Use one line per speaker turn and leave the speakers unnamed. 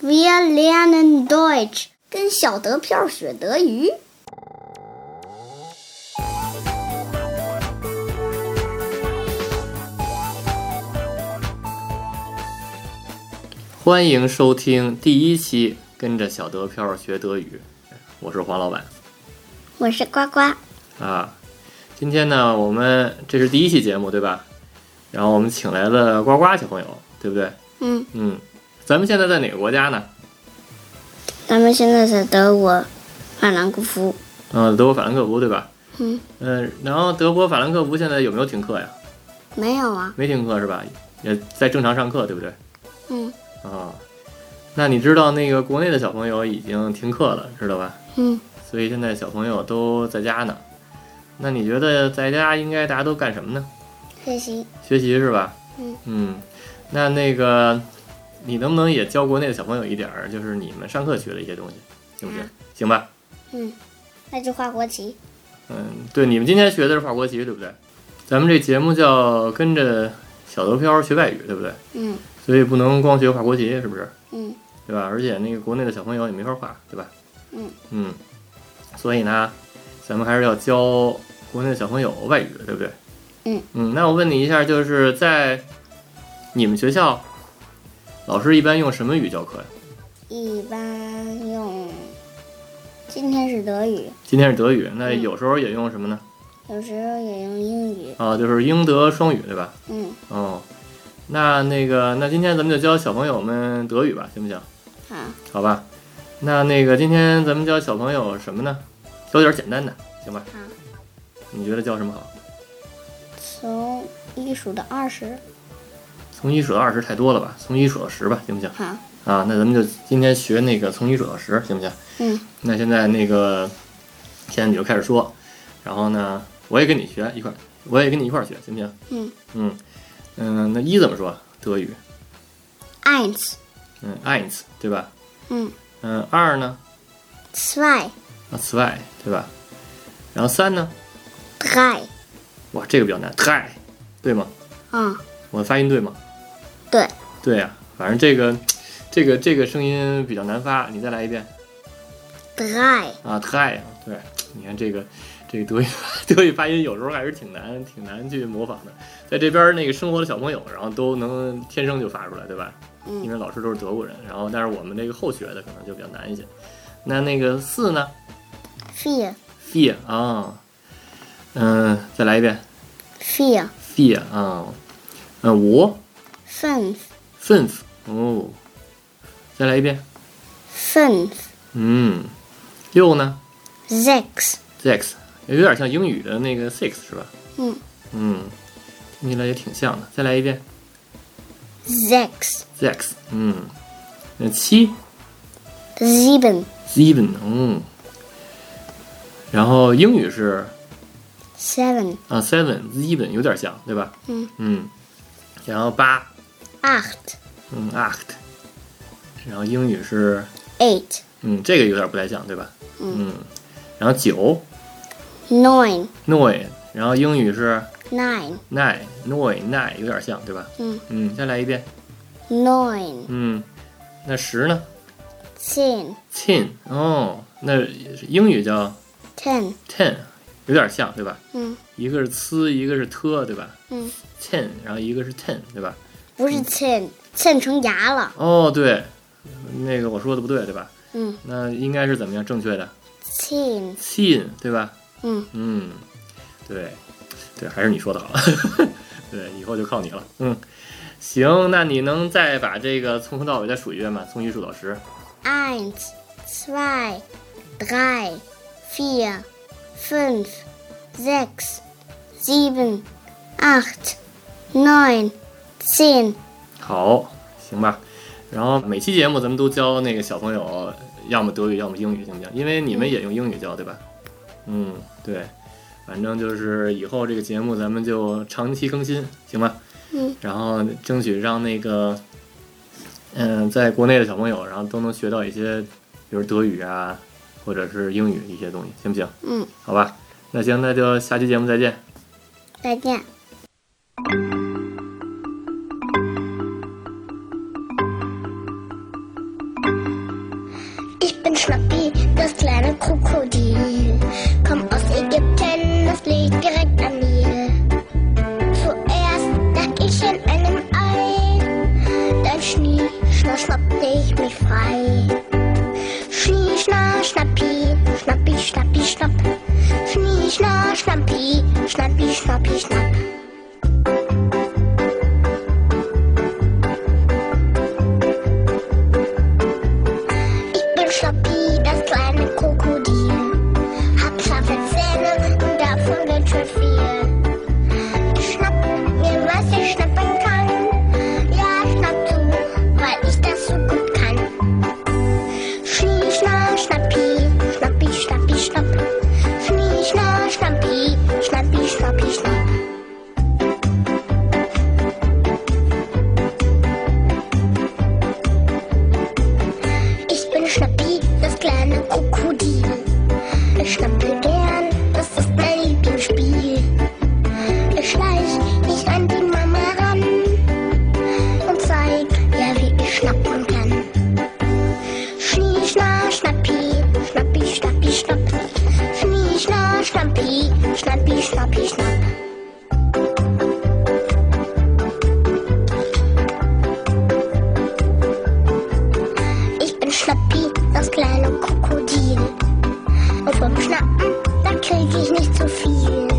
Wir lernen Deutsch，跟小德票学德语。
欢迎收听第一期《跟着小德票学德语》，我是黄老板
我是呱呱，
啊。今天呢，我们这是第一期节目，对吧？然后我们请来了呱呱小朋友，对不对？
嗯，
嗯，咱们现在在哪个国家呢？
咱们现在在德国法兰克福。
嗯，德国法兰克福，对吧？
嗯
嗯、然后德国法兰克福现在有没有停课呀？
没有啊，
没停课是吧？也在正常上课，对不对？
嗯
啊，那你知道那个国内的小朋友已经停课了，知道吧？
嗯，
所以现在小朋友都在家呢。那你觉得在家应该大家都干什么呢？
学习。
学习是吧？
嗯
那那个你能不能也教国内的小朋友一点儿，就是你们上课学的一些东西，行不行？
啊
行吧。
嗯，那就画国旗。
嗯，对，你们今天学的是法国旗，对不对？咱们这节目叫跟着小德飘学外语，对不对？
嗯
所以不能光学法国旗，是不是？
嗯
对吧？而且那个国内的小朋友也没法画，对吧？
嗯
嗯，所以呢，咱们还是要教国内的小朋友外语，对不对？
嗯
那我问你一下，就是在你们学校，老师一般用什么语教课呀？
一般用。今天是德语，
今天是德语，那
嗯
有时候也用什么呢？
有时候也用英语。
啊，就是英德双语，对吧？
嗯，
哦，那那个，那今天咱们就教小朋友们德语吧，行不行？
好，
好吧，那那个今天咱们教小朋友什么呢？教点简单的，行吧？
好
你觉得教什么好？
从一数到二十。
从一数到二十太多了吧？从一数到十吧，行不行？
好，
啊，那咱们就今天学那个从一数到十，行不行？
嗯。
那现在那个，现在你就开始说，然后呢，我也跟你学一块儿，我也跟你一块儿学，行不行？
嗯
嗯嗯、那一怎么说？德语，
eins，
嗯，eins，对吧？
嗯
嗯、二呢？
，zwei，
啊此外，对吧？然后三呢？
drei，
哇，这个比较难，太，对吗？
嗯，
我发音对吗？
对，
对呀、反正这个，这个这个声音比较难发，你再来一遍
drei，
啊，太阳，对，你看这个这个德语德语发音有时候还是挺难挺难去模仿的，在这边那个生活的小朋友，然后都能天生就发出来，对吧？因
嗯
为老师都是德国人，然后但是我们这个后学的可能就比较难一些。那那个四呢
，vier，
？fear 啊、嗯、再来一遍
vier，
fear 啊，嗯五
fünf，
fünf 哦，再来一遍。
fünf，
嗯，六呢
sechs，
？six 有点像英语的那个 six 是吧？
嗯
嗯，听起来也挺像的。再来一遍
，sechs，
six。嗯，那七
sieben，
seven。嗯，然后英语是
seven，
啊 seven seven 有点像，对吧？
嗯
嗯，然后八
acht，
嗯 acht，然后英语是
eight，
嗯这个有点不太像，对吧？
嗯
嗯，然后九
neun，
nine，然后英语是
nine，
nine nine nine 有点像，对吧？
嗯
嗯，再来一遍。
，neun，
嗯，那十呢
zehn，
？ten 哦，那英语叫
ten，Hm,
ten，有点像对吧？
嗯
一个是呲，一个是 t，对吧
嗯，
？ten，然后一个是 ten，对吧？
不是 ten，ten 成牙了，
哦，对，那个我说的不对，对吧？
嗯
那应该是怎么样正确的
Hm, ，zehn，hm,
？ten，对吧？
嗯
嗯，对，对，还是你说的好。 对，以后就靠你了。嗯，行，那你能再把这个从头到尾再数一遍吗？从一数到十。
eins, zwei, drei, vier, fünf, sechs, sieben, acht, neun, zehn。
好，行吧。然后每期节目咱们都教那个小朋友，要么德语，要么英语，行不行？因为你们也用英语教，对吧？嗯，对。反正就是以后这个节目咱们就长期更新，行吧？
嗯。
然后争取让那个，嗯、在国内的小朋友，然后都能学到一些，比如德语啊，或者是英语一些东西，行不行？
嗯，
好吧。那行，那就下期节目再见。
再见。
bin Schnappi, das kleine Krokodil. Komm aus Ägypten, das liegt direkt am Nil. Zuerst lag ich in einem Ei, dann schnie, schnapp, schnappte ich mich frei. Schnie, schna, schnappi, schnappi, schnappi, schnapp. Schnie, schna, schnappi, schnappi, schnappi, schnapp. Ich bin Schnappi, das kleine Krokodil. Hab scharfe Zähne und davon ganz schön viel. Ich schnapp mir, was ich schnappen kann. Ja, schnapp zu, weil ich das so gut kann. Schnie, schnapp, schnappi, schnappi, schnappi, schnapp. Schnie, schnapp, schnappi, schnappi, schnappi, schnapp. Ich bin Schnappi, das kleine Krokodil. Ich schnappe gern, das ist mein Lieblingsspiel. Ich schleich mich an die Mama ran und zeig, ja, wie ich schnappen kann. Schnie, schna, schnappi, schnappi, schnappi, schnapp. Schnie, schna, schnappi, schnappi, schnappi, schnapp. Ich bin Schnappi, das kleine Krokodil. Und vom Schnappen, da krieg ich nicht so viel.